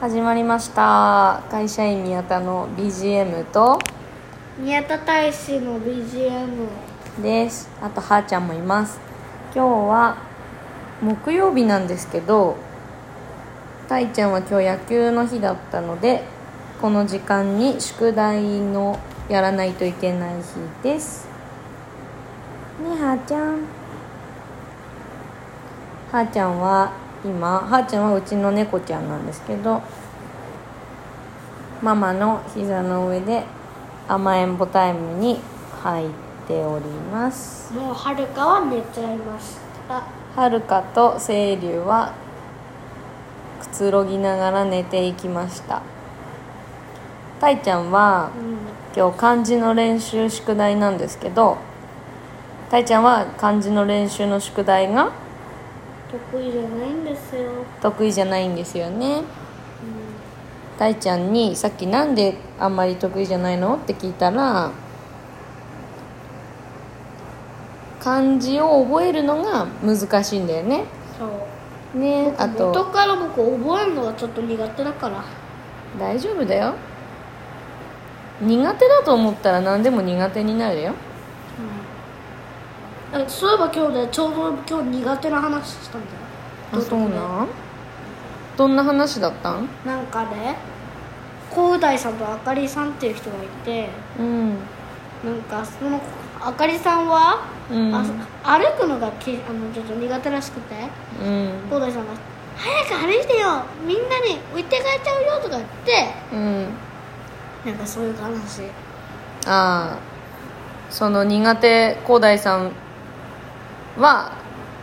始まりました会社員宮田の BGM と宮田大使の BGM ですあとはーちゃんもいます今日は木曜日なんですけどたいちゃんは今日野球の日だったのでこの時間に宿題のやらないといけない日ですねえはーちゃんはーちゃんは今はーちゃんはうちの猫ちゃんなんですけどママの膝の上で甘えんぼタイムに入っておりますもうはるかは寝ちゃいましたはるかと青龍はくつろぎながら寝ていきましたたいちゃんはうん今日漢字の練習宿題なんですけどたいちゃんは漢字の練習の宿題が得意じゃないんですよ、得意じゃないんですよねうたいちゃんにさっきなんであんまり得意じゃないのって聞いたら漢字を覚えるのが難しいんだよねん、そうねあ元とから僕覚えるのがちょっと苦手だから大丈夫だよ苦手だと思ったら何でも苦手になるようんあそういえば今日ねちょうど今日苦手な話したんだよあそうなんどんな話だったんなんかね高大さんとあかりさんっていう人がいてうんなんかそのあかりさんは、うんあ歩くのがきあのちょっと苦手らしくてうん高大さんが「早く歩いてよみんなに置いて帰っちゃうよ」とか言ってうんなんかそういう話ああその苦手広大さんは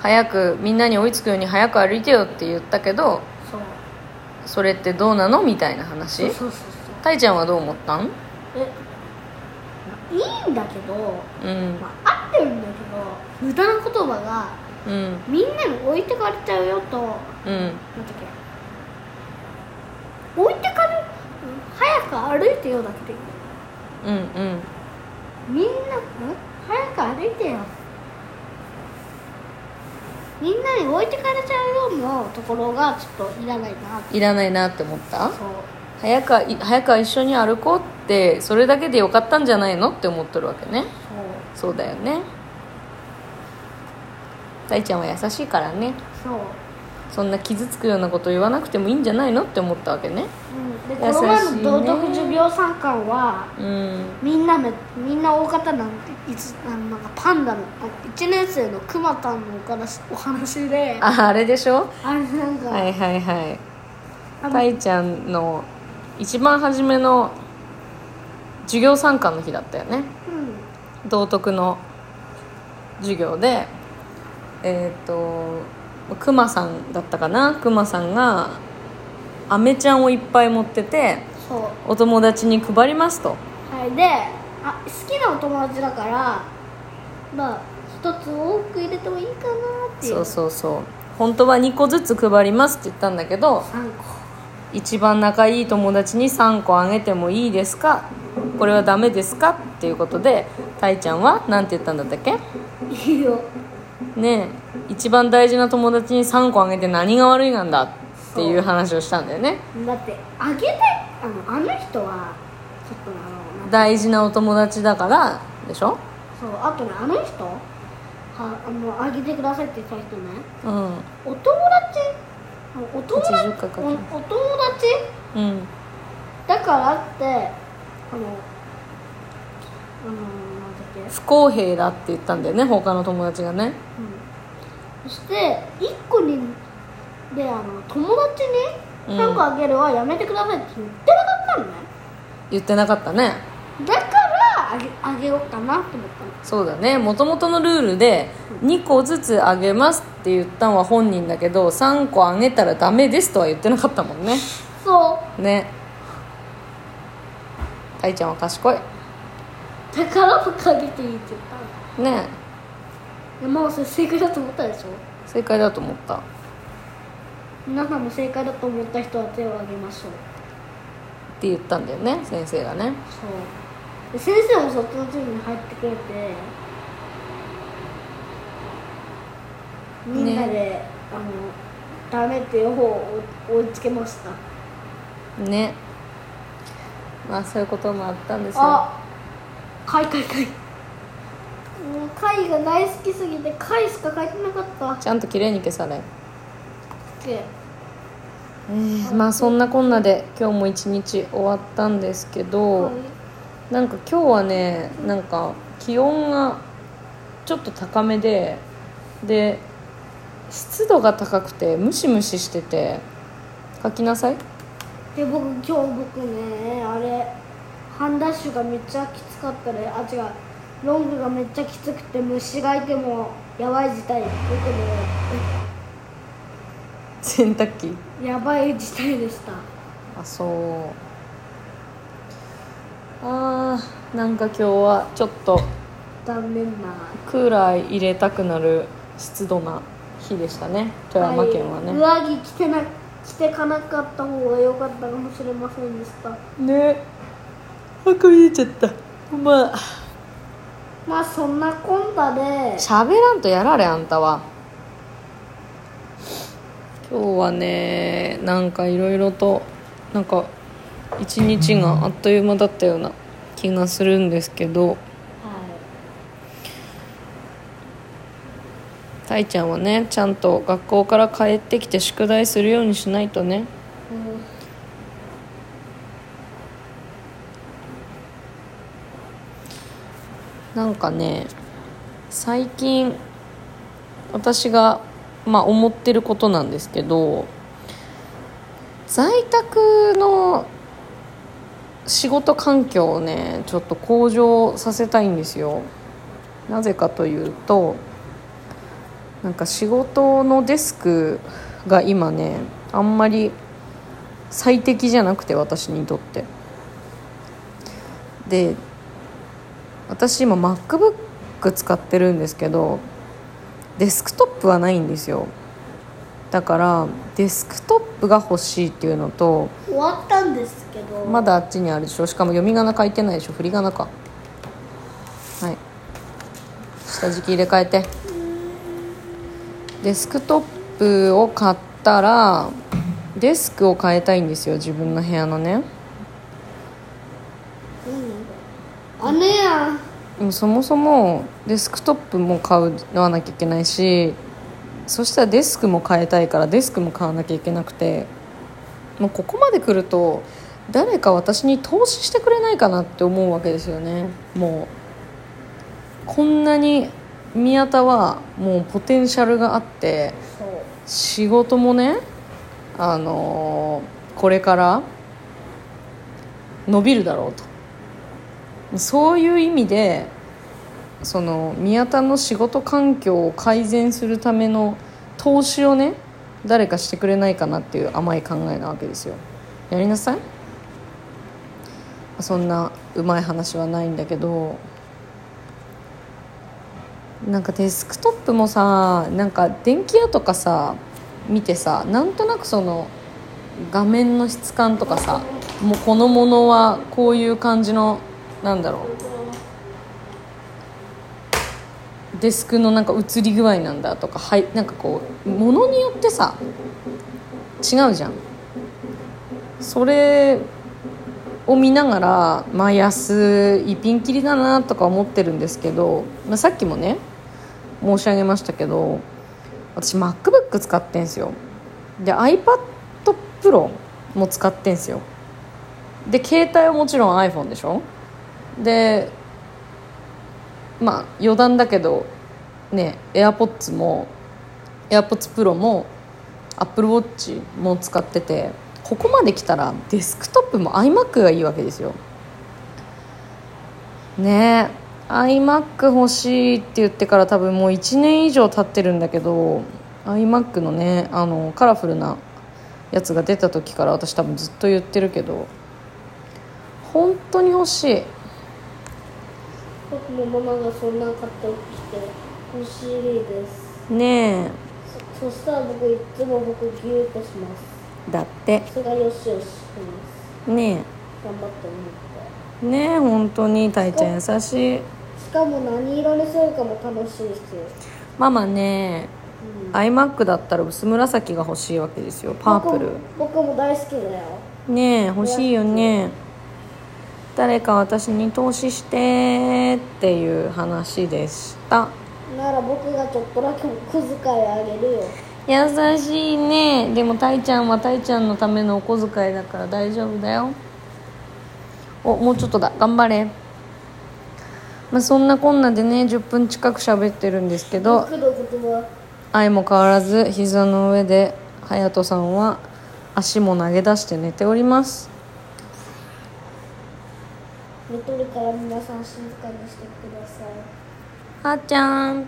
早くみんなに追いつくように早く歩いてよって言ったけどそうそれってどうなのみたいな話そうそうそうたいちゃんはどう思ったんそうえいいんだけど、うんまあ、合ってるんだけど無駄な言葉がうんみんなに置いてかれちゃうよとなんだうんっけ置いてかれ早く歩いてよだってうんうんみんな、ん早く歩いてよ。みんなに置いてかれちゃうようのところがちょっといらないな。いらないなって思ったそう。早くい早く一緒に歩こうってそれだけでよかったんじゃないのって思っとるわけねそそうだよね大ちゃんは優しいからねう。そう。そんな傷つくようなこと言わなくてもいいんじゃないのって思ったわけねうん、で、優しいこねの前の道徳授業参観は、うんみんなめ、みんな大方なんて、いつ、あの、なんかパンダの、1年生のくまたんのお話お話で、あああれでしょれなんか、はいはいはいあのたいちゃんの一番初めの授業参観の日だったよねうん、道徳の授業でえっ、とくまさんだったかなくまさんがアメちゃんをいっぱい持っててそう。お友達に配りますとはい、であ好きなお友達だからまあ一つ多く入れてもいいかなっていうそうそうそう本当は2個ずつ配りますって言ったんだけど3個一番仲いい友達に3個あげてもいいですかこれはダメですかっていうことでたいちゃんは何て言ったんだったっけいいよねえ一番大事な友達に3個あげて何が悪いなんだっていう話をしたんだよねだってあげたいあのあの人はちょっとあのなん大事なお友達だからでしょそうあとねあの人はあのあげてくださいって言った人ねうんお友達お友達80かかるおお友達うんだからってあのあのなんだっけ不公平だって言ったんだよね他の友達がねそして一個にであの友達うんに何個あげるはやめてくださいって言ってなかったのね、言ってなかったねだからあげあげようかなと思ったのそうだねもともとのルールで2個ずつあげますって言ったのは本人だけど3個あげたらダメですとは言ってなかったもんねそねたいちゃんは賢いうだから僕あげていいって言ったのねでもうそれ正解だと思ったでしょ正解だと思った皆さんも正解だと思った人は手を挙げましょうって言ったんだよね先生がねそうで先生もそっちのチームに入ってくれてみんなで、あのダメっていう方を追いつけましたねまあそういうこともあったんですよあ貝貝貝もう貝が大好きすぎて貝しか書いてなかったっちゃんと綺麗に消されけえーまあそんなこんなで今日も一日終わったんですけど、なんか今日はねなんか気温がちょっと高めでで湿度が高くてムシムシしてて書きなさい で僕今日僕ねあれハンダッシュがめっちゃきつかったであ違うロングがめっちゃきつくて虫がいてもやばい事態僕ね洗濯機やばい事態でしたあそうあーなんか今日はちょっと残念なクーラー入れたくなる湿度な日でしたね富山県はね、はい上着着てな着てかなかった方が良かったかもしれませんでしたねあくび出ちゃったまあまあそんなこんなで喋らんとやられあんたは今日はねなんかいろいろとなんか一日があっという間だったような気がするんですけどたいちゃんはねちゃんと学校から帰ってきて宿題するようにしないとねなんかね最近私が、まあ、思ってることなんですけど在宅の仕事環境をねちょっと向上させたいんですよなぜかというとなんか仕事のデスクが今ねあんまり最適じゃなくて私にとってで私今 MacBook 使ってるんですけどデスクトップはないんですよだからデスクトップが欲しいっていうのと終わったんですけどまだあっちにあるでしょしかも読み仮名書いてないでしょ振り仮名かはい下敷き入れ替えてデスクトップを買ったらデスクを変えたいんですよ自分の部屋のねあねやでもそもそもデスクトップも買う買わなきゃいけないしそしたらデスクも変えたいからデスクも買わなきゃいけなくてもうここまで来ると誰か私に投資してくれないかなって思うわけですよねもうこんなに宮田はもうポテンシャルがあってそう仕事もねあのーこれから伸びるだろうとそういう意味でその宮田の仕事環境を改善するための投資をね誰かしてくれないかなっていう甘い考えなわけですよやりなさいそんなうまい話はないんだけどなんかデスクトップもさなんか電気屋とかさ見てさなんとなくその画面の質感とかさもうこのものはこういう感じのなんだろうデスクのなんか映り具合なんだとかはいなんかこうものによってさ違うじゃんそれを見ながら、まあ、安いピンキリだなとか思ってるんですけど、まあ、さっきもね申し上げましたけど私 MacBook 使ってんすよで iPadPro も使ってんすよで携帯はもちろん iPhone でしょでまあ余談だけどね AirPods も AirPodsPro も AppleWatch も使っててここまで来たらデスクトップも iMac がいいわけですよねえ iMac 欲しいって言ってから多分もう1年以上経ってるんだけど iMac のねあのカラフルなやつが出た時から私多分ずっと言ってるけど本当に欲しい僕もママがそんな買ってきて欲しいですねえそそしたら僕いつも僕ギュッとしますだってそれがよしよししますね頑張って思えねえ本当にたいちゃん優しいってしかも何色にするかも楽しいし、ママねうん、 iMac だったら薄紫が欲しいわけですよパープル僕も僕も大好きだよねえ欲しいよね誰か私に投資してっていう話でしたなら僕がちょっとだけお小遣いあげるよ優しいねでもたいちゃんはたいちゃんのためのお小遣いだから大丈夫だよおもうちょっとだ頑張れまあそんなこんなでね10分近く喋ってるんですけど僕のことは愛も変わらず膝の上で隼人さんは足も投げ出して寝ております寝とるから皆さん静かにしてくださいはーちゃんは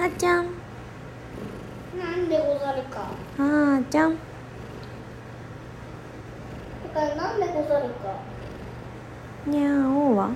ーちゃんなんでござるかはーちゃんだからなんでござるかにゃーおーは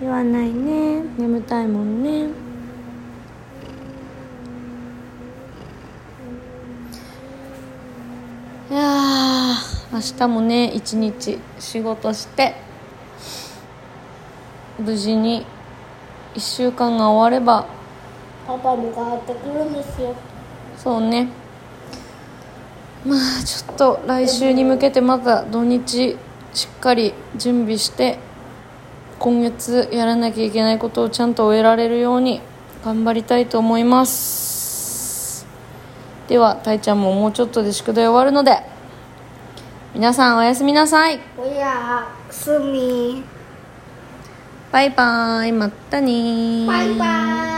言わないね眠たいもんねいやー明日もね一日仕事して無事に1週間が終わればパパも変わってくるんですよそうねまあちょっと来週に向けてまた土日しっかり準備して今月やらなきゃいけないことをちゃんと終えられるように頑張りたいと思いますではたいちゃんももうちょっとで宿題終わるので皆さんおやすみなさいおやすみバイバイまたねーバイバイ